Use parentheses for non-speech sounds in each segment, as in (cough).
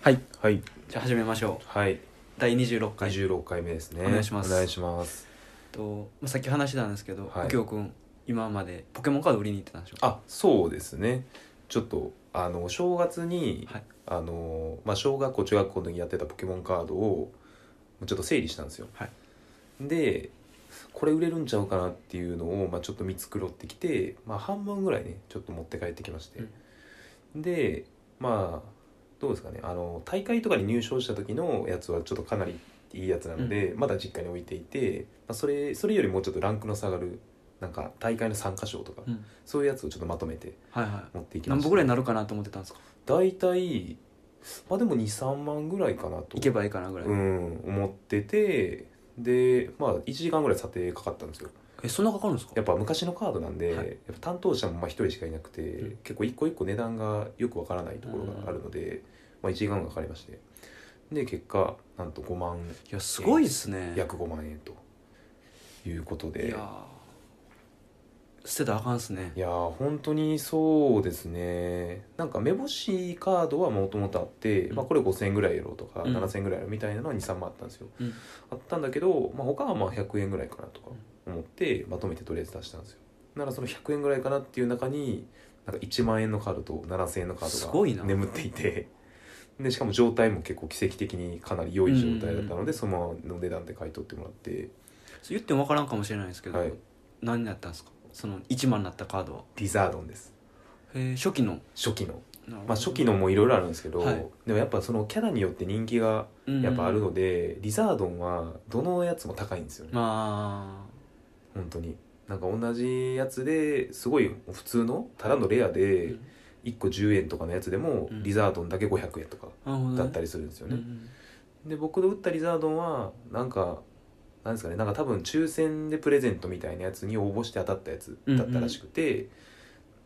はいはいじゃあ始めましょうはい第26回えっ26回目ですねお願いしますお願いしますとまあさっき話したんですけどはい右京君今までポケモンカード売りに行ってたんでしょあそうですねちょっとあの正月に、はいあのまあ、小学校中学校の時やってたポケモンカードをちょっと整理したんですよ、はいでこれ売れるんちゃうかなっていうのを、まあ、ちょっと見繕ってきて、まあ、半分ぐらいねちょっと持って帰ってきまして、でまあどうですかねあの大会とかに入賞した時のやつはちょっとかなりいいやつなので、まだ実家に置いていて、まあ、それそれよりもうちょっとランクの下がるなんか大会の参加賞とか、うんそういうやつをちょっとまとめてはいはい持っていきま何した本ぐらいになるかなと思ってたんですか大体まあでも23万ぐらいかなと行けばいいかなぐらい、うん思っててでまあ1時間ぐらい査定かかったんですよえそんなかかるんですかやっぱ昔のカードなんで、はいやっぱ担当者もまあ1人しかいなくて、うん結構一個一個値段がよくわからないところがあるので、まあ、1時間がかかりましてで結果なんと5万いやすごいですね約5万円ということいでやー捨てたらあかんっすねいやー本当にそうですねなんか目星カードはもともとあって、うんまあ、これ5,000円ぐらいやろうとか、うん7,000円ぐらいやろうみたいなのは23万あったんですよ、うんあったんだけど、まあ、他はまあ100円ぐらいかなとか思ってまとめてとりあえず出したんですよならその100円ぐらいかなっていう中になんか1万円のカードと7,000円のカすごいーなドが眠っていてでしかも状態も結構奇跡的にかなり良い状態だったので、うんうんそのままの値段で買い取ってもらってそう言っても分からんかもしれないですけど、はい何だったんですかその1万になったカードはリザードンですへー初期の初期のままあ、初期のもいろいろあるんですけど、はいでもやっぱそのキャラによって人気がやっぱあるので、リザードンはどのやつも高いんですよね、まあ本当になんか同じやつですごい普通のただのレアでうん1個10円とかのやつでも、うんリザードンだけ500円とかなるほどねだったりするんですよね、うんうんで僕の打ったリザードンはなんかなんですかねなんか多分抽選でプレゼントみたいなやつに応募して当たったやつだったらしくて、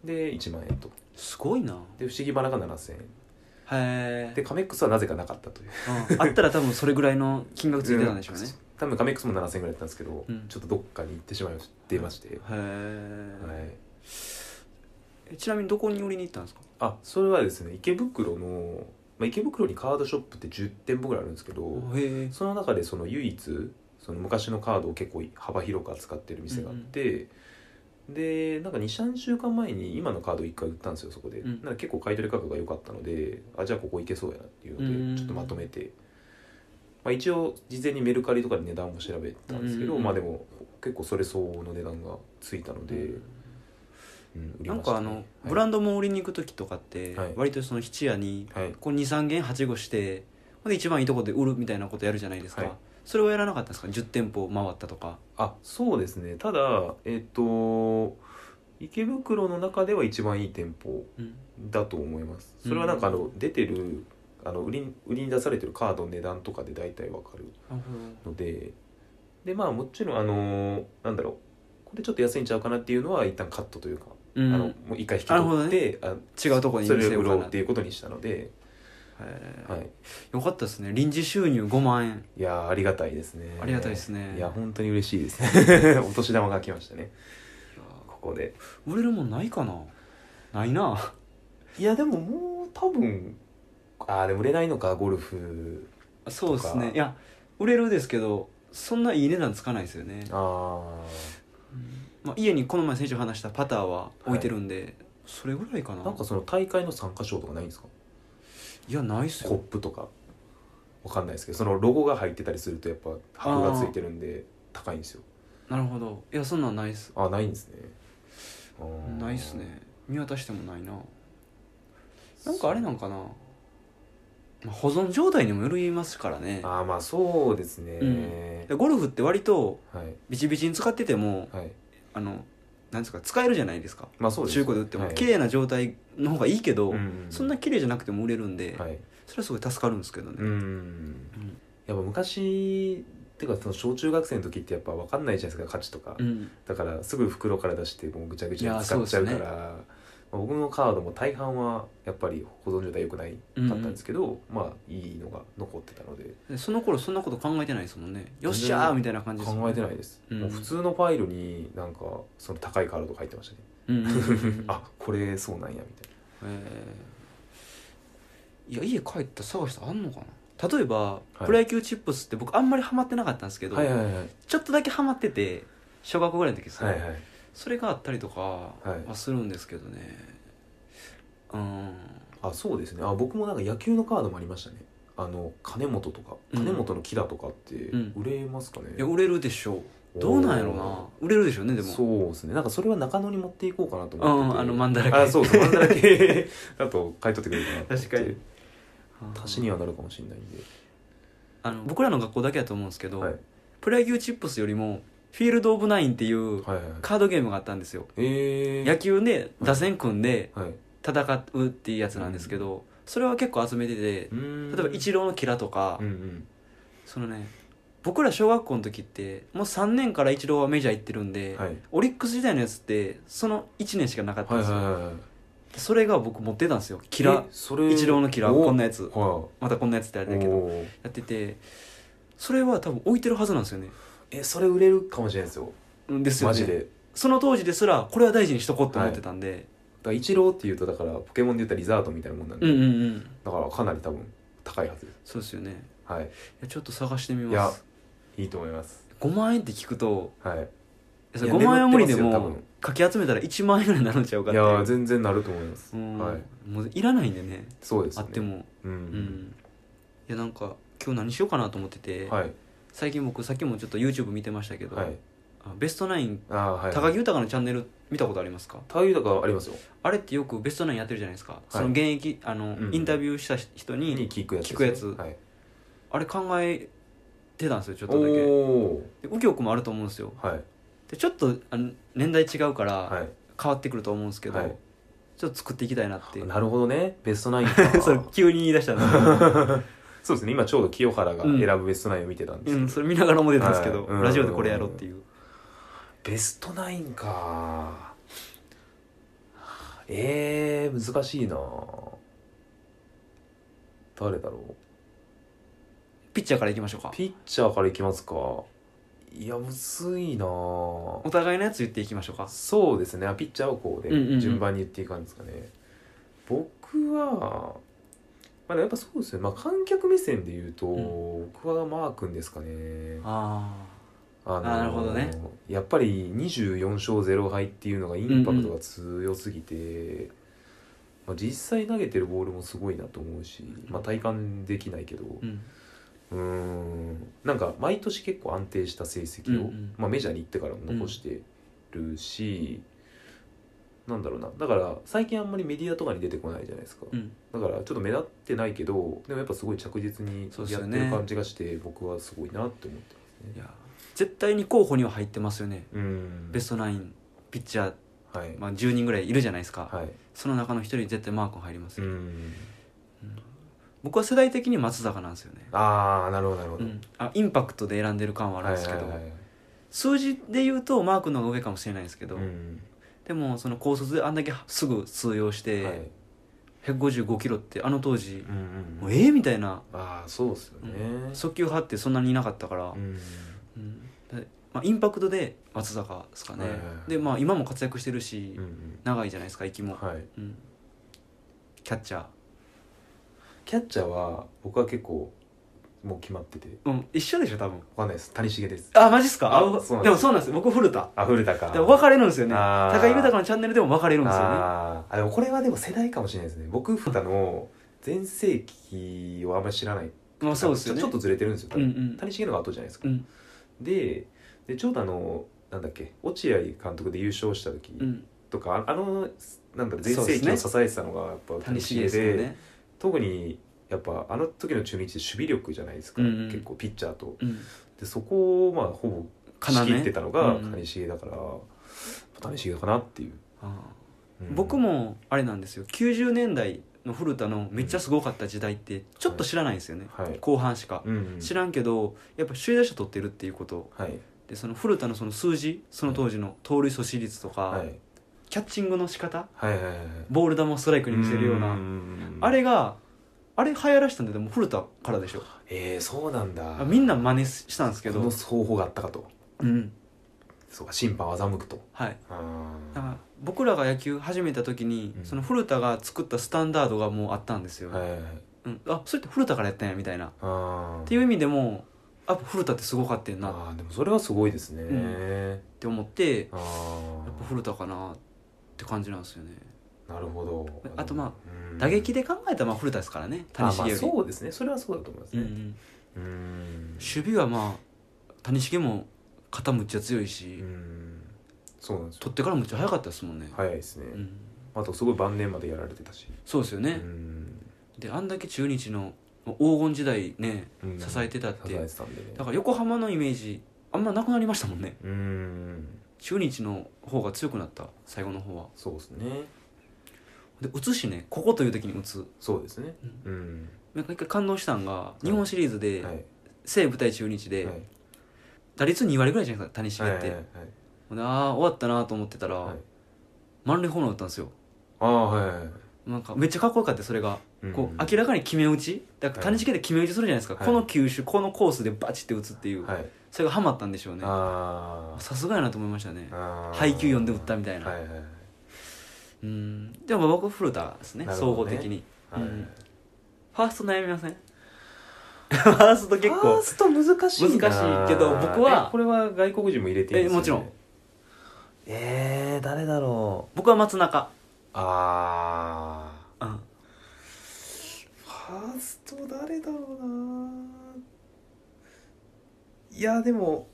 で1万円とすごいなで不思議花が7000円へでえカメックスはなぜかなかったというあったら多分それぐらいの金額ついてたんでしょうねうん多分カメックスも7000円ぐらいだったんですけど、うんちょっとどっかに行ってしまいましてまして、へーはい、えちなみにどこに売りに行ったんですかあそれはですね池袋の、まあ、池袋にカードショップって10店舗ぐらいあるんですけど、へえその中でその唯一その昔のカードを結構幅広く扱ってる店があって、でなんか23週間前に今のカード1回売ったんですよそこで、うんなんか結構買い取り価格が良かったのであじゃあここ行けそうやなっていううのんでちょっとまとめて、まあ、一応事前にメルカリとかで値段も調べたんですけど、うんまあでも結構それ相応の値段がついたので、うん売りなまんしたかあねの、はいブランドも売りに行く時とかって、はい割とその質屋にはいこう23軒はしごしてほんで一番いいとこで売るみたいなことやるじゃないですか、はいそれをやらなかったんですか10店舗回ったとかあそうですねただえっ、と池袋の中では一番いい店舗うんだと思いますそれはなんかあの、出てるあの売りに売りに出されてるカードの値段とかで大体わかるなるのででまあもちろんあのなんだろうこれちょっと安いんちゃうかなっていうのは一旦カットというか、ほど、うあのもん、う一回引きなるほ取どって、あ違うとこにそれ見せをよ売うろかうなっていうことにしたので、へーはい、よかったですね臨時収入5万円いやーありがたいですねありがたいですねいや本当に嬉しいです (laughs) ねお年玉が来ましたねここで売れるもんないかなないないやでももう多分ああでも売れないのかゴルフそうですとねかいや売れるですけどそんないい値段つかないですよね、あまあ、家にこの前先週話したパターは置いてるんで、それぐらいかあななんかその大会の参加賞とかないんですかいやないっすコッよプとかわかんないですけどそのロゴが入ってたりするとやっぱ箔がついてるんで高いんですよなるほどいやそんなんないっすああないんですねあーないっすね見渡してもないななんかあれなんかな、まあ、保存状態にもよりますからねああまあそうですね、でゴルフって割とはいビチビチに使っててもはいあのなんですか使えるじゃないですかまあそうです中古で売っても、はい綺麗な状態の方がいいけど、うんそんな綺麗じゃなくても売れるんで、はいそれはすごい助かるんですけどね、うんやっぱ昔っていうかその小中学生の時ってやっぱわかんないじゃないですか価値とか、うんだからすぐ袋から出してもうぐちゃぐちゃに使っちゃうからいやそうですねまあ僕のカードも大半はやっぱり保存状態良くないかったんですけど、まあいいのが残ってたのででその頃そんなこと考えてないですもんねよっし全ゃー然みたいな感じです、考えてないいです、うんもう普通のファイルになんかその高いカードとか入ってました (laughs) ね、 (laughs) うんうんうんあこれそうなんやみたいえいや家帰ったら探したらあんのかな例えば、はいプロ野球チップスって僕あんまりハマってなかったんですけど、はいはいはいはいちょっとだけハマってて小学校ぐらいの時ですね、はいはいそれがあったりとかはするんですけどね、うんあそうですねあ僕もなんか野球のカードもありましたねあの金本とかうん金本の木だとかってうん売れますかね、いや売れるでしょうどうなんやろうな売れるでしょうねでもそうですねなんかそれは中野に持っていこうかなとう思ってんてあのマンダラ (laughs) あそうそうマンダラ系だと買い取ってくれるかなと思って確かに足しにはなるかもしれないんであの僕らの学校だけだと思うんですけど、はいプロ野球チップスよりもフィールド・オブ・ナインっていうはいはいカードゲームがあったんですよ、えー、野球で打線組んではい戦うっていうやつなんですけど、それは結構集めててうーん例えばイチローのキラとか、うんうんそのね僕ら小学校の時ってもう3年からイチローはメジャー行ってるんで、はいオリックス時代のやつってその1年しかなかったんはいはいですよ、はいはいそれが僕持ってたんですよキラえそれイチローのキラおこんなやつはまたこんなやつってあいれだけどおーやっててそれは多分置いてるはずなんですよねえそれ売れるかもしれないですようんですよねマジでだかその当時ですらこれは大事にしとこうと思ってたんで、らイチローっていうとだからポケモンで言ったらリザードみたいなもんなんで、うんうんうんだからかなり多分高いはずですそうですよねはいいやちょっと探してみいやますいいと思います5万円って聞くとはいそれいや5万円は無理で眠ってますよもかき集めたら1万円ぐらいになるんちゃうかっいてやいうー全然なると思いますうんはいもういらないんでねそうですあねってもううん、んいやなんか今日何しようかなと思ってて、はい最近僕さっきもちょっと YouTube 見てましたけど、はいあベストナインあーはい高木豊のチャンネル見たことありますか高木豊ありますよあれってよくベストナインやってるじゃないですか、その現役あの、うんインタビューした人にに聞くやつ聞くやつはいあれ考えてたんですよちょっおとだけでお右京君もあると思うんですよーはいでちょっとあの年代違うから、はい変わってくると思うんですけど、はいちょっと作っていきたいなってなるほどねベストナイ (laughs) ンか (laughs) それ急に言い出した (laughs) んですそうですね今ちょうど清原が選ぶベストナインを見てたんでけすけど、うどん、それ見ながらも出たんですけど、はいうんラジオでこれやろうっていうベストナインかえー、難しいな誰だろうピッチャーからいきましょうかピッチャーからいきますかいやむずいなお互いのやつ言っていきましょうかそうですねあピッチャーをこううんうんうでん順番に言っていくんですかね、僕はまあでもやっぱそうですね、まあ、観客目線で言うと、僕はマー君ですかねああのあなるほどねやっぱり24勝0敗っていうのがインパクトが強すぎて、まあ、実際投げてるボールもすごいなと思うし、まあ、体感できないけどあうんうーんなんか毎年結構安定した成績を、うんうんまあ、メジャーに行ってからも残してるし、なんだろうなだから最近あんまりメディアとかに出てこないじゃないですか、うんだからちょっと目立ってないけどでもやっぱすごい着実にそうですやよっねてる感じがして、僕はすごいなって思ってますいねや絶対に候補には入ってますよね、うんベストナインピッチャー、はい、まあ、10人ぐらいいるじゃないですか、はいその中の一人絶対マー君入りますうよ、ん僕は世代的に松坂なんですよね、ああなるほどなるほうど、ん、あインパクトで選んでる感はあるんですけど、はいはいはいはい数字で言うとマー君の方が上かもしれないですけど、うんでもその高卒であんだけすぐ通用しはいて、155キロってあの当時うんうんもうええみたいな、ああそうですよね、うん速球派ってそんなにいなかったから、うんうんでまあ、インパクトで松坂ですかね、はいはいはいでまあ今も活躍してるし、うん長いじゃないですか息うんも、はいうん、キャッチャー、キャッチャーは僕は結構もう決まっててうん、一緒でしょ多分わかんないです谷繁ですあマジっすかああそうなんですでもそうなんです僕古田あ古田かでも分かれるんですよねあー高井豊のチャンネルでも分かれるんですよねあーあでもこれはでも世代かもしれないですね僕古田の全盛期をあんまり知らないまあそうですよねちょちょっとずれてるんですよ多分うんうん谷繁の方が後じゃないですか、うんででちょうどあのなんだっけ落合監督で優勝した時うんとか、ああのなんだ全そうで盛す期ねを支えてたのがやっぱ谷谷繁繁でですよね特にやっぱあの時の中日って守備力じゃないですか、うんうん結構ピッチャーとうんでそこをまあほぼ要仕切ってたのがうんうん谷繁だから、谷繁かなっていう、あうーん僕もあれなんですよ90年代の古田のめっちゃすごかった時代ってちょっと知らないんですよね、はい後半しか、うんうん知らんけどやっぱ首位打者取ってるっていうことはいでその古田のその数字その当時の盗塁阻止率とか、はいキャッチングの仕方はいはいはいボール球をストライクに見せるようなんあれがあれ流行らしたんででも古田からでしょえー、そうなんだあみんな真似したんですけこのど方法があったかとうんそうか審判を欺くとはいあだーから僕らが野球始めた時に、うんその古田が作ったスタンダードがもうあったんですよ、はいはいはいうん、あそれって古田からやったんやみたいなっあていいう意味でもあ古田ってすごかったんやなっあーでもそれはすごいですね、うんて思ってやあっぱ古田かなって感じなんですよねあなるほどあとまあ、打撃でで考えたらまあ古田ですからね谷谷繁より、そうですねそれはそうだと思いますうんうねん、うん守備はまあ谷繁も肩むっちゃ強いし、うんそうなんですよ取ってからむっちゃ早かったですもんね、早いですね、うん、あとすごい晩年までやられてたし、そうですよね、うんであんだけ中日の黄金時代ねうん支えてたって支えてたんでねだから横浜のイメージあんまなくなりましたもんねうん中日の方が強くなった最後の方はそうですねで打つしねここという時に打つそうですねうん、なんか一回感動したんがい日本シリーズではい西武対中日ではい打率2割ぐらいじゃないですか谷繁っはて、いはいはいでああ終わったなと思ってたら、はい満塁ホームラン打ったんですよああはいはいはいなんかめっちゃかっこよかったそれが、うんこう明らかに決め打ちだから谷繁って決め打ちするじゃないですか、はいこの球種このコースでバチって打つっていう、はいそれがハマったんでしょうねあさすがやなと思いましたねあ配球読んで打ったみたいなはいはいはいうんでも僕古田ですねなる総ほど合ね的にはいうんファースト悩みませんファースト結ファー構スト難しいな難しいけど僕はえこれは外国人も入れていいんですよ、ね、えもちろんえー、誰だろう僕は松中あうんーファースト誰だろうないやでも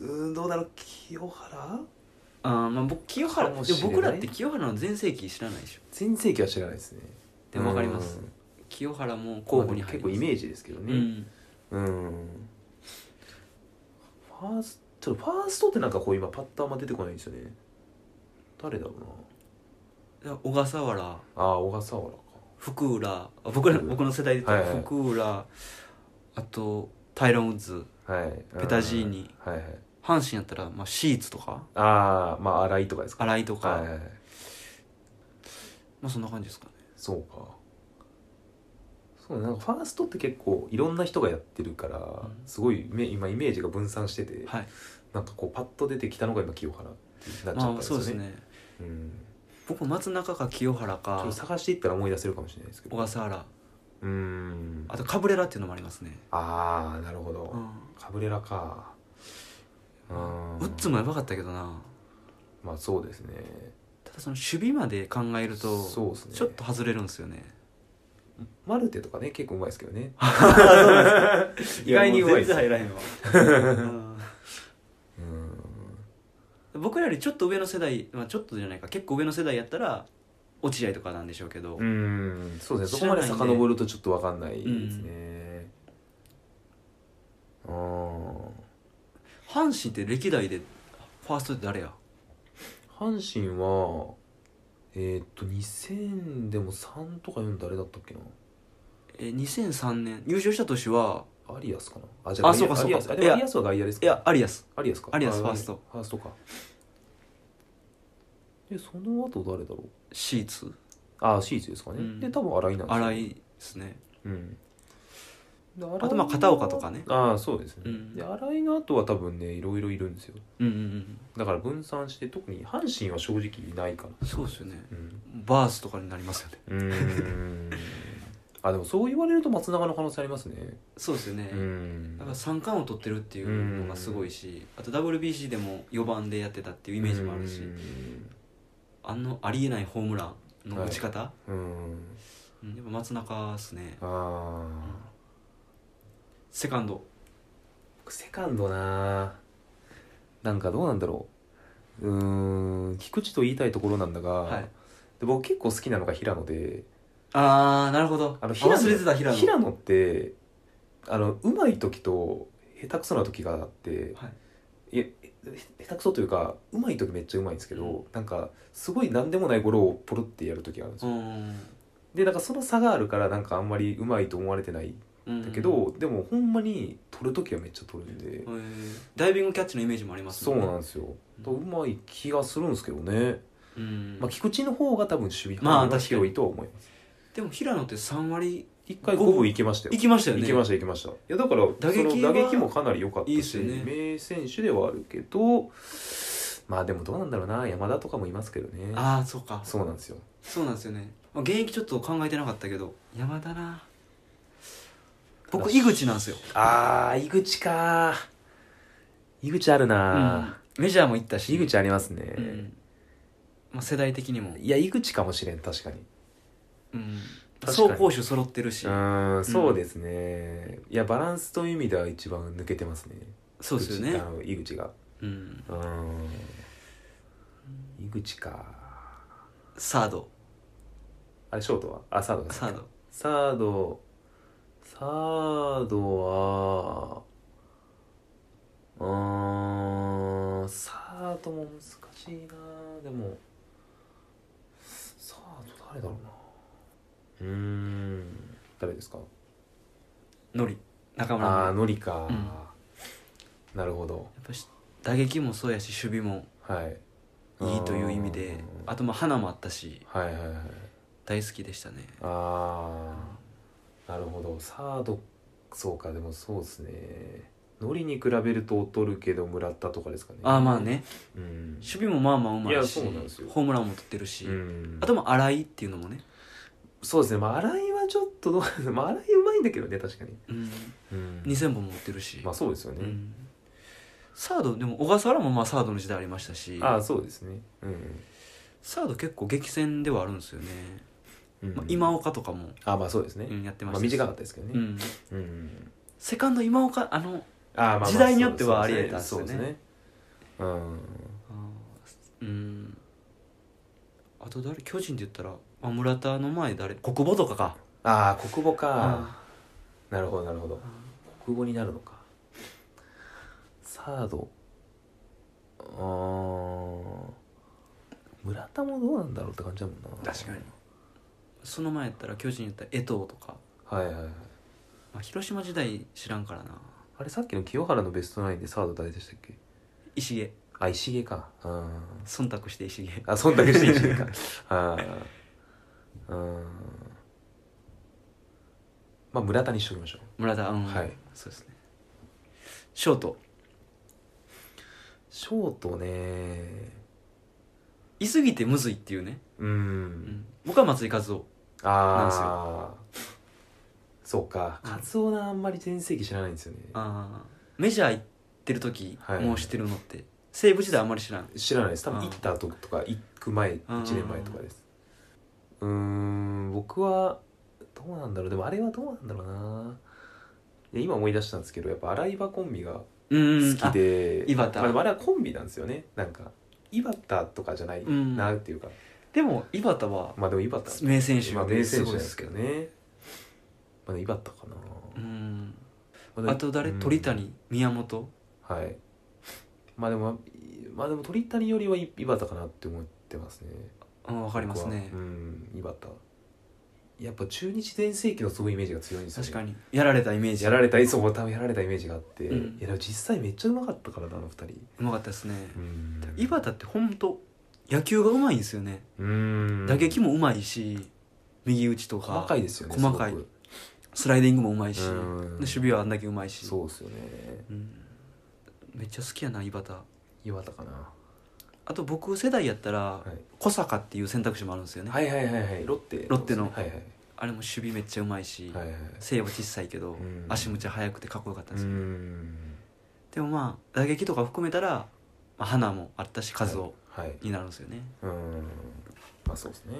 うんどうだろう清原あーまあ僕清か原でももしれない僕らって清原の全盛期知らないでしょ全盛期は知らないですねでもわかりますうん清原も候補にまあ結入り構ますイメージですけどね、うんうんファーストファーストってなんかこう今パッとあんま出てこないんですよね誰だろうなだから小笠原ああ小笠原か福浦あ僕らうん僕の世代で言ったはいはらい福浦あとタイロン・ウッズはいペタジーニはいはい阪神やったらまあシーツとかああまあ新井とかですか新井とか、はいはいはいまあそんな感じですかねそうかそうねなんかファーストって結構いろんな人がやってるから、んすごいめ今イメージが分散してて、はいなんかこうパッと出てきたのが今清原ってなっちゃったんまあですそようねですねうん、僕松中か清原ちょっかと探していったら思い出せるかもしれないですけ小ど笠原うんあとカブレラっていうのもありますね、ああなるほど、うん、カブレラかうんウッズもやばかったけどなまあそうですねただその守備まで考えるとそうですねちょっと外れるんですよねマルテとかね結構うまいですけどね意外にうま上 (laughs) い手です入らへんわ、うんうん僕らよりちょっと上の世代、まあ、ちょっとじゃないか結構上の世代やったら落合とかなんでしょうけど、うんそうですねそ知こらまないでね遡るとちょっと分かんないですねうん阪神って歴代でファーストって誰や阪神はえーっと2000でも3とか4誰だったっけなえー2003年優勝した年はアリアスかなあじゃああそうかアリアそうスかあでいもアやリアスは外野ですいかやアリアスアリアスかアリアスあファーストファーストかでその後誰だろうシーツあシーズですかね、うんで多分新井なんですよ新井ですねうんであとま新あ井片岡とかねああそうですね、うんで新井の後は多分ねいろいろいるんですようんうんだから分散して特に阪神は正直いないかなうんそうですよねうんバースとかになりますよねうーんあでもそう言われると松永の可能性ありますねそうですよね、うんだから三冠を取ってるっていうのがすごいし、あと WBC でも4番でやってたっていうイメージもあるし、うんあのありえないホームランの打ち方、うんうんやっぱ松中っすねあセカンあドセカンドななんかどうなんだろううーん菊池と言いたいところなんだが、はいで僕結構好きなのが平野でああなるほどあの忘れてた平野平野ってあのうまい時と下手くそな時があってはいいやえ下手くそというかうまい時めっちゃうまいんですけど、なんかすごい何でもないゴロをポロってやる時があるんですうよ、んでなんかその差があるからなんかあんまりうまいと思われてないんうんだけど、でもほんまに取る時はめっちゃ取るんで、えーダイビングキャッチのイメージもありますそうもんねなんですよ、とうまい気がするんですけどね、うんまあ、菊池の方が多分守備まあ範囲が広いとは思いますでも平野って3割一回五分いけましたよいきましたよね行きました行きましたいやだから打撃はその打撃もかなり良かったしいいっすよね名選手ではあるけどまあでもどうなんだろうな山田とかもいますけどねああそうかそうなんですよそうなんですよねまあ、現役ちょっと考えてなかったけど山田な僕正しい井口なんですよ、あー井口かー井口あるなメジャーも行ったー、し井口ありますね、うんまあ、世代的にも、いや井口かもしれん確かにうん、確かに走攻守揃ってるし、うーんそうですね、いやバランスという意味では一番抜けてますねそうです井よ口ねあ、の井口がうん、うーん井口かサードあれショートはあサードかサードサードサードはうーんサードも難しいなでもサード誰だろうなうーん誰ですかノリ中村ああやっノリか、うんなるほどぱし打撃もそうやし守備もはいいいという意味でうんあとまあ花もあったしはいはいはい大好きでしたねああなるほどサードそうかでもそうですねノリに比べると劣るけど村田とかですかねああまあねうん守備もまあまあうまいいしやそうなんですよホームランも取ってるし、うんあとも荒井っていうのもね、そうですねまあ新井はちょっとどう (laughs) まあ新井うまいんだけどね確かにうん、うん2000本も打ってるし、まあそうですようねん、サードでも小笠原もまあサードの時代ありましたしああそうですねうんサード結構激戦ではあるんですよね、うんまあ、今岡とかも、ああまあそうですねうんやってままあしたし、短かったですけどうねん、うんセカンド今岡あのああまあまあ時代によってはありえたんですそようねですねうんうんあと誰巨人で言ったら、まあ、村田の前誰国母とかかああ国語かなるほどなるほど国語になるのかサードうーん村田もどうなんだろうって感じだもんな確かにその前やったら巨人やったら江藤とか、はいはいはいまあ、広島時代知らんからなあれさっきの清原のベストナインでサード誰でしたっけ石毛あ石毛かうん忖度して石毛あ忖度して石 (laughs) 毛かあーうんまあ村田にしときましょう村田うん、はいそうですねショートショートねいすぎてむずいっていうね、うん、うん、僕は松井一夫なんですああそうかうんカツオなあんまり全盛期知らないんですよねあーメジャー行ってる時、はいもう知ってるのって西武時代あんまり知らん知らないです多分あー行った後とか行く前あー1年前とかですうーん僕はどうなんだろうでもあれはどうなんだろうないや今思い出したんですけどやっぱ洗い場コンビがうん好きであ井端まあ、でもあれはコンビなんですよねなんか井端とかじゃないうんなっていうか、でも井端はまあでも井端名選手まあ名選手ごいでですすけけどどねまあ井端かな、うんまだあと誰、うん鳥谷宮本はい。まあでも、いまあでも鳥谷よりは井端かなって思ってますね。うんわかりますね僕はうん、井端。やっぱ中日全盛期のすごいイメージが強いんですよ、ね。確かに。にやられたイメージやられた、いつも多分やられたイメージがあって、うんいやでも実際めっちゃうまかったからな、あの二人。うまかったですねうん井端ってほんと野球がうまいんですよね、うん。打撃もうまいし右打ちとか細かいですよね。細かいすごくスライディングもうまいし、うんで守備はあんだけうまいしそうですよね。うん、めっちゃ好きやな井端井端かな。あと僕世代やったら、はい。小坂っていう選択肢もあるんですよね、はいはいはいはい。ロッテ。ロッテのはいはい。あれも守備めっちゃうまいし、はいはい。背は小さいけど、うん足むっちゃ速くてかっこよかったんうですよ、ん。でもまあ打撃とか含めたら、まあ、花もあったし数をはい。はいになるんですよね、うん。まあそうですね。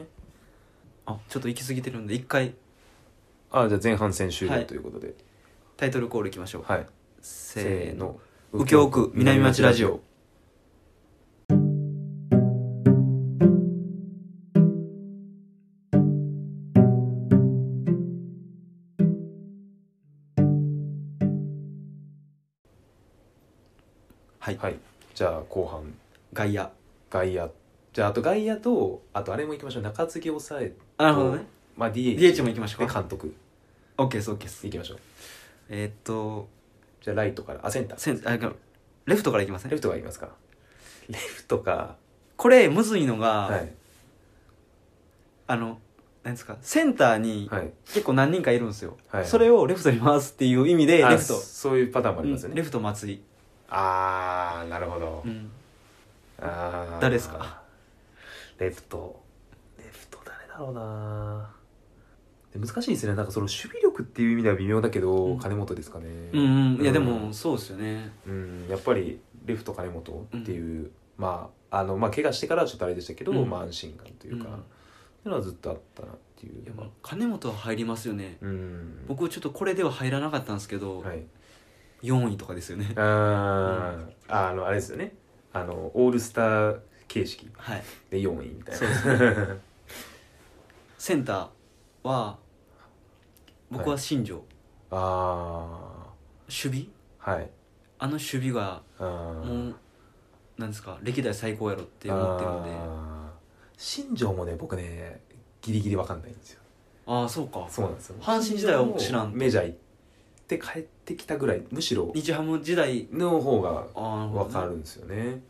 あちょっと行き過ぎてるんで一回あじゃあ前半戦終は了いということで、タイトルコールいきましょう、はいせせーーのの「右京区南町ラジオ」はい、はいじゃあ後半外野外野じゃああと外野とあとあれもいきましょう中継ぎ抑えあなるほどねまあ DH で DH も行きましょうか監督 OK です OK ですいきましょうえーっとじゃあライトからあセンターせんあがレフトからいきませレんフトがいきますかレフトかこれむずいのが、はいあのなんですかセンターにはい結構何人かいるんですよ、はいそれをレフトに回すっていう意味であレフト、そういうパターンもありますうよんね、レフト松井、ああなるほど、うん、ああ誰ですかレフトレフト誰だだろうなで難しいですねなんかその守備力っていう意味では微妙だけど、うん金本ですかねうん、うん、いやでもそうですよねうんやっぱりレフト金本っていう、まああのまあ怪我してからはちょっとあれでしたけど、うんまあ安心感というか、うんっていうのはずっとあったなっていういやまあ金本は入りますよねうん僕ちょっとこれでは入らなかったんですけど、はい4位とかですよねあー、ああのあれですよねあのオールスター形式はいで4位みたいそうなでセンターは僕は新庄、 (laughs) あ守備あはいあの守備があーもうなんですか歴代最高やろって思ってるんでああー新庄もね僕ねギリギリわかんないんですよあーそうかそうなんですよ阪神時代は知らんメジャー行って帰ってきたぐらいむしろ日ハム時代の方がああなるほどわかるんですよね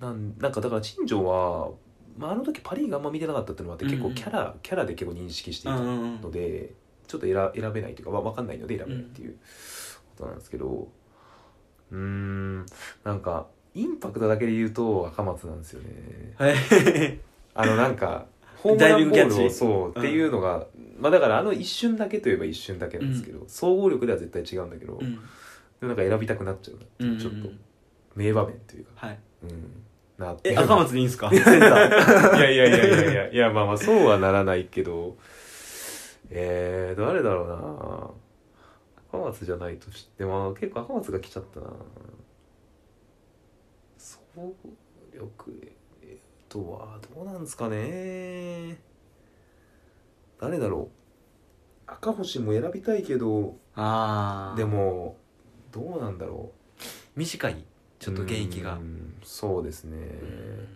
なんなんかだから新庄は、まあ、あの時パ・リーグあんま見てなかったっていうのもあって結うん構うんキャラ、キャラで結構認識していたうんうんうんので、ちょっと選選べないというかわわかんないので選べないっていうことなんですけどうーんなんかインパクトだけで言うと赤松なんですよね (laughs) はいあのなん (laughs) かホームランボダイビングキーャルッをチそうっていうのが、まあだからあの一瞬だけといえば一瞬だけなんですけど、総合力では絶対違うんだけど、うでんもなんか選びたくなっちゃうなっていううんちょっと名場面というかはいうんなってえ赤松でいい (laughs) んですかセンターいやいやいやいやいやいやまあまあそうはならないけどえー、誰だろうな赤松じゃないとしてまあ結構赤松が来ちゃったな総力えっとはどうなんですかね誰だろう赤星も選びたいけどああでもどうなんだろ短いうちょっと現役うがんそうですね、うん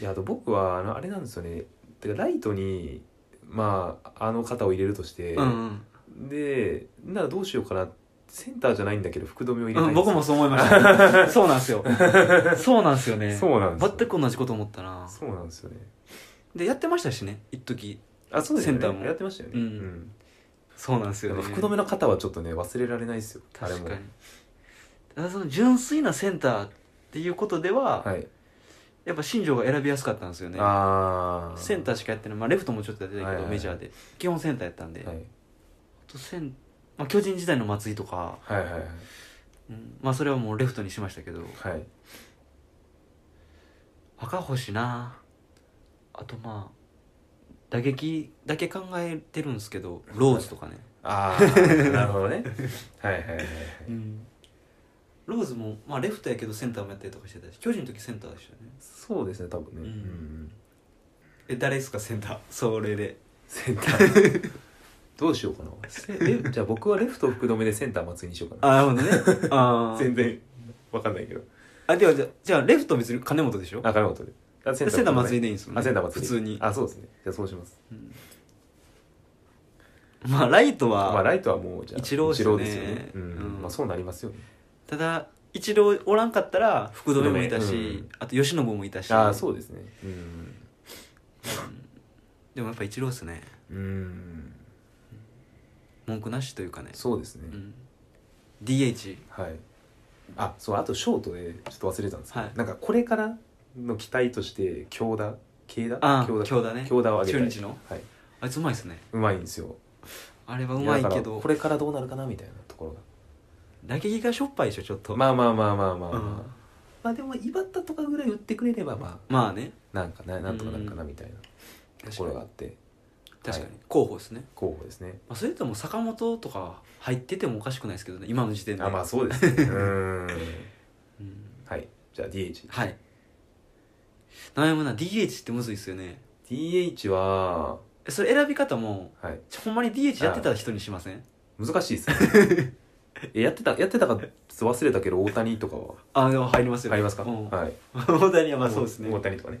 いやあと僕はあのあれなんですよねてかライトにまああの方を入れるとして、うんでならどうしようかなセンターじゃないんだけど福留を入れうたいんん、です僕よもそう思いまし (laughs) た。そうなんですよ。そうなんですよね。そうなんですよ全く同じこと思ったな。そうなんですよねで、やってましたしね、一時あそうですよねセンターもやってましたよねうんそうなんですうんよね。福留の方はちょっとね忘れられないですよあれ確もかに。ただその純粋なセンターっていうことでは、はい、やっぱ新庄が選びやすかったんですよね。ああセンターしかやってない、まあ、レフトもちょっとやってたけど、はいはいはいメジャーで基本センターやったんで、はい、あとセン、まあ、巨人時代の松井とか、はいはいはいうんまあ、それはもうレフトにしましたけどはい赤星なあとまあ打撃だけ考えてるんですけどローズとかね、あ (laughs) あなるほどねはいはいはいはいローズも、まあ、レフトやけどセンターもやったりとかしてたし巨人の時センターでしたよねそうですね多分ね、うんうんえ誰ですかセンター (laughs) それでセンターどうしようかなせえじゃあ僕はレフト福留でセンター松井にしようかな (laughs) あなるほどね (laughs) あー全然わかんないけどあではじゃあじゃあレフト別に金本でしょあ金本であセセンター松井ででいいんですよねあセンター松井普通にあそうですねじゃあそうしますうんまあライトは、まあライトはもうじゃあイチローですよねイチローですよねうん、うんまあそうなりますよねただ一郎おらんかったら福留もいたし、うんあと吉信もいたしああそうですねうんでもやっぱ一郎っすねうん文句なしというかね、そうですね、うん、DH はいあそうあとショートでちょっと忘れてたんですけど、はいなんかこれからの期待として強打慶田ああ京京田ね京田を上げたい中日のはいうあいつうまいっすねうまいんですよあれはうまいやけだかどらこれからどうなるかなみたいなところが打撃がしょっぱいでしょちょっと、まあまあまあまあまあまあ、うんまあでも井端とかぐらい打ってくれればままあねあなんかななんとかなるかなみたいなところがあって確かに、は候補ですね、候補ですねまあ、それとも坂本とか入っててもおかしくないですけどね今の時点であまあそうですねうーんうんはいじゃあ DHDH はい悩むな DH ってむずいっすよねはえそれ選び方もはいちょほんまに DH やってた人にしません難しい (laughs) ですねえやってたやってたか忘れたけど大谷とかはあでも入りますよ入りますか、うんはい大谷はまあそうですね大谷とかね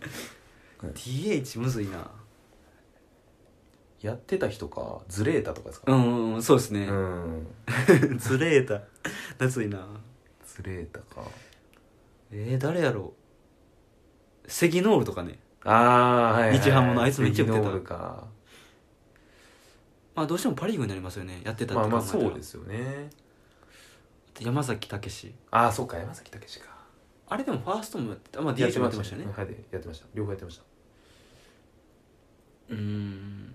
DH むずいなやってた人かズレータとかですうかんうんうんそうですうね、ん (laughs) ずれた夏いなズレータかえー、誰やろうセギノールとかねああーはいはい、はい、日ハムのあいつめっちゃ打ってたセギノールかまあどうしてもパ・リーグになりますよねやってたって考えたまあ、まらあそうですよね山崎武史ああそうか山崎武史かあれでもファーストもやってた、まあ、DH もやってましたよねはいやってました両方やってましたうーん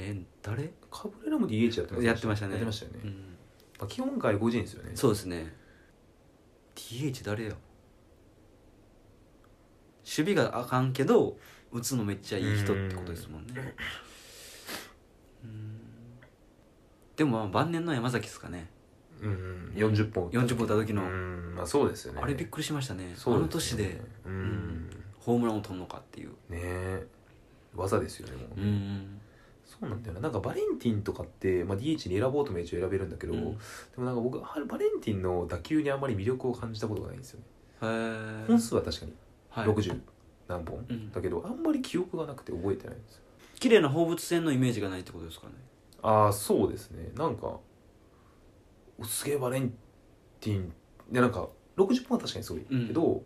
え誰カブレラも DH やってましたやってましたねやってましたよね、うまんあ、基本外国人ですよねそうですね DH 誰や守備があかんけど打つのめっちゃいい人ってことですもんねうんでもまあ晩年の山崎ですかねうんうん40本40本打った時のうんまあそうですよねあれびっくりしましたねあそうのす年よねでうんんホームランを取るのかっていうねえ技ですよねもううんそうなんだよななんかバレンティンとかって、まあ、DH に選ぼうとも一応選べるんだけど、うんでもなんか僕はバレンティンの打球にあんまり魅力を感じたことがないんですよねへえ本数は確かにはい60何本、うんだけどあんまり記憶がなくて覚えてないんですよ綺麗な放物線のイメージがないってことですかねああそうですねなんかおすげえバレンティンでなんか60本は確かにすごいけど、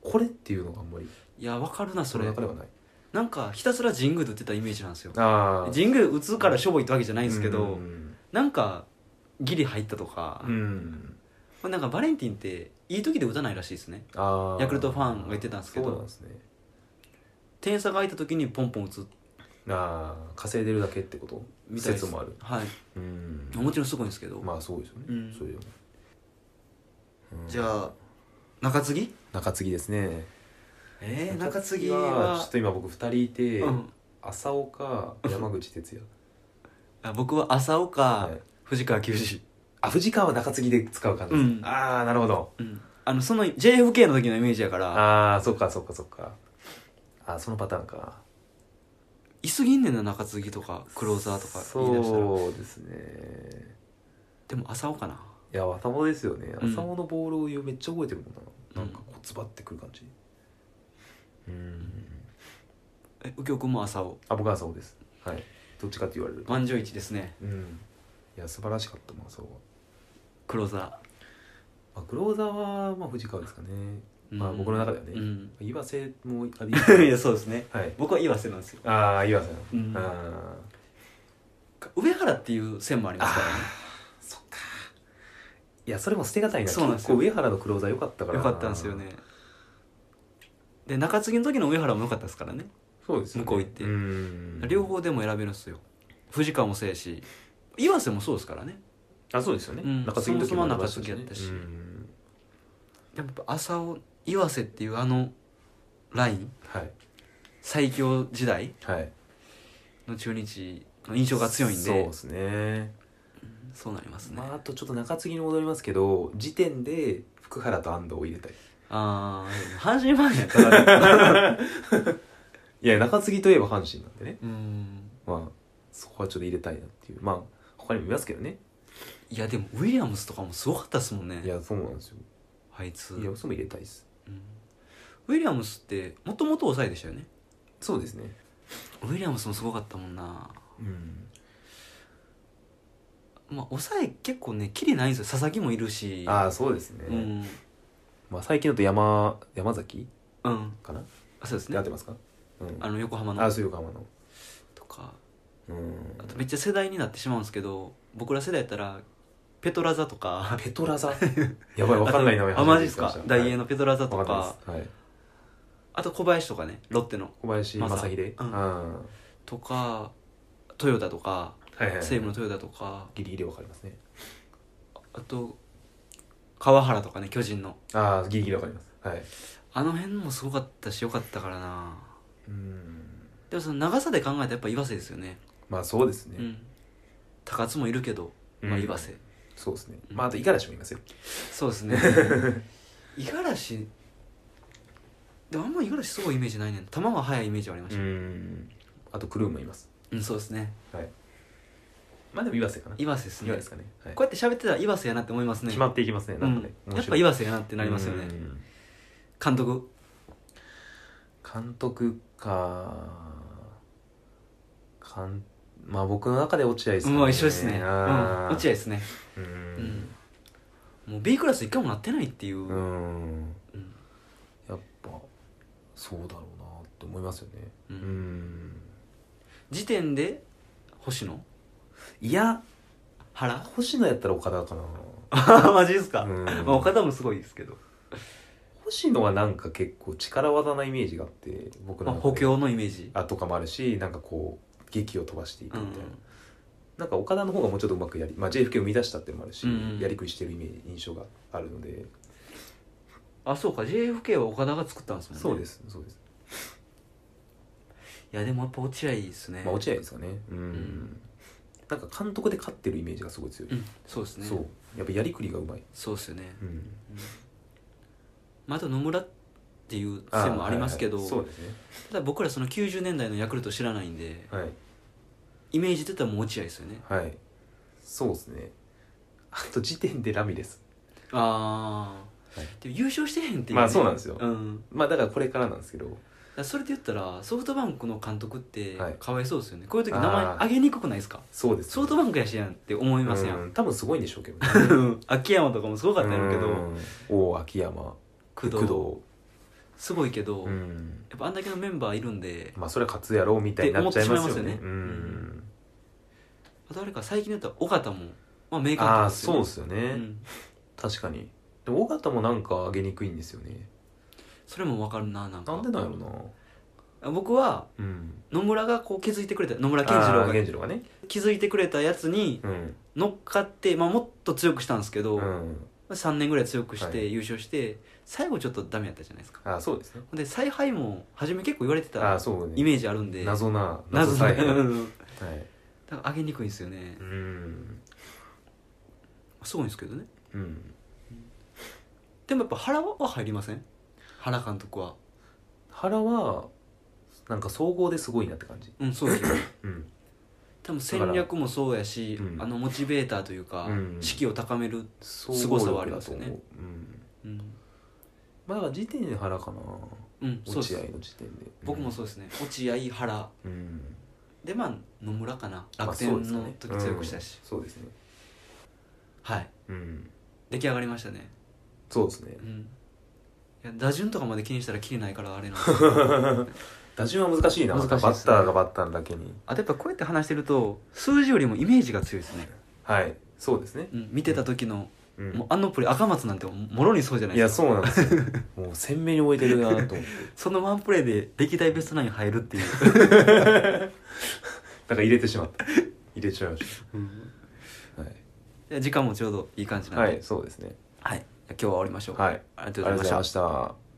これっていうのがあんまりいやわかるなそそのれ中ではないなんかひたすら神宮で打ってたイメージなんですよあ神宮打つからしょぼいってわけじゃないんですけど、うんなんかギリ入ったとか、うんまあなんかバレンティンっていい時で打たないらしいですねあーヤクルトファンが言ってたんですけどそうなんですね点差が空いた時にポンポン打つああ稼いでるだけってことみたいです説もあるはいうんもちろんすごいんですけど、まあそうですよね、うんそれでも、うんじゃあ中継ぎ中継ぎですねえー、中継ぎはちょはっと今僕2人いて、うん、浅岡山口哲也あ僕は浅岡、はい藤川球児、あ藤川は中継ぎで使う感じです、うんああなるほどうん、あのその JFK の時のイメージやからああそっかそっかそっかあーそのパターンかいすぎんねんな中継ぎとかクローザーとか言い出したらそうですねでも浅岡ないや浅尾ですよねうん浅尾のボールをめっちゃ覚えてるもんな、うんなんかこうズバってくる感じうんえ右京君も浅尾あ僕は浅尾ですはいどっちかって言われる満場一致ですねうんいや素晴らしかったな浅尾は、クローザまあ、クローザーは、まあ、藤川ですかね、ーまあうん僕の中ではね、うん (laughs) 岩瀬もあいやそうですねはい僕は岩瀬なんですよああ岩瀬ううんんあー上原っていう線もありますからねそっかいやそれも捨てがたいなそうなんですよ結構上原のクローザー良かったからよかったんですよねで中継ぎの時の上原もよかったですからねそうですよね向こう行ってうん両方でも選べるんですよ藤川もそうやし岩瀬もそうですからねあそうですよね、うん中継ぎの時もありまそもそも中継ぎやったしうんでもやっぱ浅尾岩瀬っていうあのラインはい最強時代はいの中日の印象が強いんでそうそうですねなりますね、まああとちょっと中継ぎに戻りますけど時点で福原と安藤を入れたいあー阪神ファンやから (laughs) ねいや中継ぎといえば阪神なんでねうんまあそこはちょっと入れたいなっていうまあ他にもいますけどねいやでもウィリアムスとかもすごかったですもんねいやそうなんですよあいついやそも入れたいですうんウィリアムスってもともと抑えでしたよねそうですねウィリアムスもすごかったもんなうんまあ抑え結構ねキリないんですよ佐々木もいるしああそうですね、うんまあ最近だと山山崎うんかなあそうですやねってますかうんあの横浜あのそう横浜のとかうんあとめっちゃ世代になってしまうんですけど僕ら世代やったらペトラザとかペトラザ (laughs) やばいわかんない名前あマジですか大英ののペトラザとかはいあと小林とかねロッテの小林まさ正秀うんあとかトヨタとかーはいはい西武のトヨタとかギリギリわかりますねあと川原とかね巨人のああギリギリわかりますはいあの辺もすごかったしよかったからなうんでもその長さで考えたらやっぱ岩瀬ですよねまあそうですうねん高津もいるけど、まあ、うん岩瀬、そうですねまああと五十嵐もいますよそうですね (laughs) 五十嵐でもあんま五十嵐すごいイメージないねん球は速いイメージはありました、んあとクルーもいますうんそうですねはいまあでも岩瀬かな岩瀬ですね岩瀬ですかねはいこうやって喋ってたら岩瀬やなって思いますね決まっていきますねなんかねうん、面やっぱ白い岩瀬やなってなりますよねうん監督監督かかんまあ僕の中で落合ですかねもう一緒ですね、うんあ、ー落合ですねううんんもう B クラス一回もなってないっていうう、うんんうんやっぱそうだろうなって思いますよねううんん時点で星野いや (laughs) 原星野やったら岡田かなマジですか、うんまあ、岡田もすごいですけど星野はなんか結構力技なイメージがあって僕のまあ中で補強のイメージあとかもあるしなんかこう劇を飛ばしていくうみんたいな、なんか岡田の方がもうちょっとうまくやり、まあ、JFK を生み出したっていうのもあるし、うんうんやりくりしてるイメージ印象があるのであそうか JFK は岡田が作ったんですもんねそうですすそうです、いやでもやっぱ落合いいですねまあ、落合ですかねうん、んなんか監督で勝ってるイメージがすごい強い、うんそうですねそうやっぱやりくりがうまい、そうですよねうん、まああと野村っていう線もありますけど、はいはいそうですねただ僕らその90年代のヤクルト知らないんではいイメージ出たらもう落合ですよねはいそうですねあと時点でラミレスああ、はいでも優勝してへんっていう、まあそうなんですようん、だかまあだからこれからなんですけどらそれで言ったらソフトバンクの監督ってはいかわいそうですよね、こういう時あ名ー前あげにくくないですかそうです、ソフトバンクやしやんって思いますや、うんん多分すごいんでしょうけどね (laughs) 秋山とかもすごかったやろうけど、ど王秋山工藤すごいけど、工藤うやんっぱあんだけのメンバーいるんでまあそれは勝つやろうみたいになっちゃいますよねって思ってしまいますよねうんあと誰か最近だったら尾形も、まあ、名監督ああですよそうねですよね、うん確かにでも尾形もなんか上げにくいんですよねそれも分かるななんかなんでなんやろ僕はなうん野村がこう気づいてくれた野村健次郎あーが健次郎がね気づいてくれたやつにうん乗っかって、まあ、もっと強くしたんですけど、うん3年ぐらい強くしはて優勝して、最後ちょっとダメやったじゃないですかあーそうですねほんで采配も初め結構言われてあーたそうねイメージあるんで謎な謎ななはいは (laughs) ういんだから上げにくいんですよねうんすごいんですけどねうんでもやっぱ原は入りません原監督は原はなんか総合ですごいなって感じうんそうですよ (coughs) うん多分戦略もそうやし、うんあのモチベーターというか、うん士気を高める、すごさはありますよねうんうんまあだから時点で原かなうん、そう落で合すの時点で僕もそうですね落合原うんでまあ野村かなまあ楽天の時強くしたし、そうですねはいうん出来上がりましたねそうですねうんいや打順とかまで気にしたら切れないからあれなんで打順は難しいなまた難しいバでッすねターがバッターだけに (laughs) あとやっぱこうやって話してると数字よりもイメージが強いですね、はいそうですねうん、見てた時の、うんもうあのプレー赤松なんてもろにそうじゃないいでやすかそうなんですよ (laughs) もう鮮明に覚えてるなと思 (laughs) ってそのワンプレーで歴代ベストナイン入るって (laughs) いう、だから入れてしまった入れちゃいましたはいいや時間もちょうどいい感じなんはで、いそうですねはい、じゃあ今日は終わりましょう、はいありがありとがうごとざうごいまざしいたました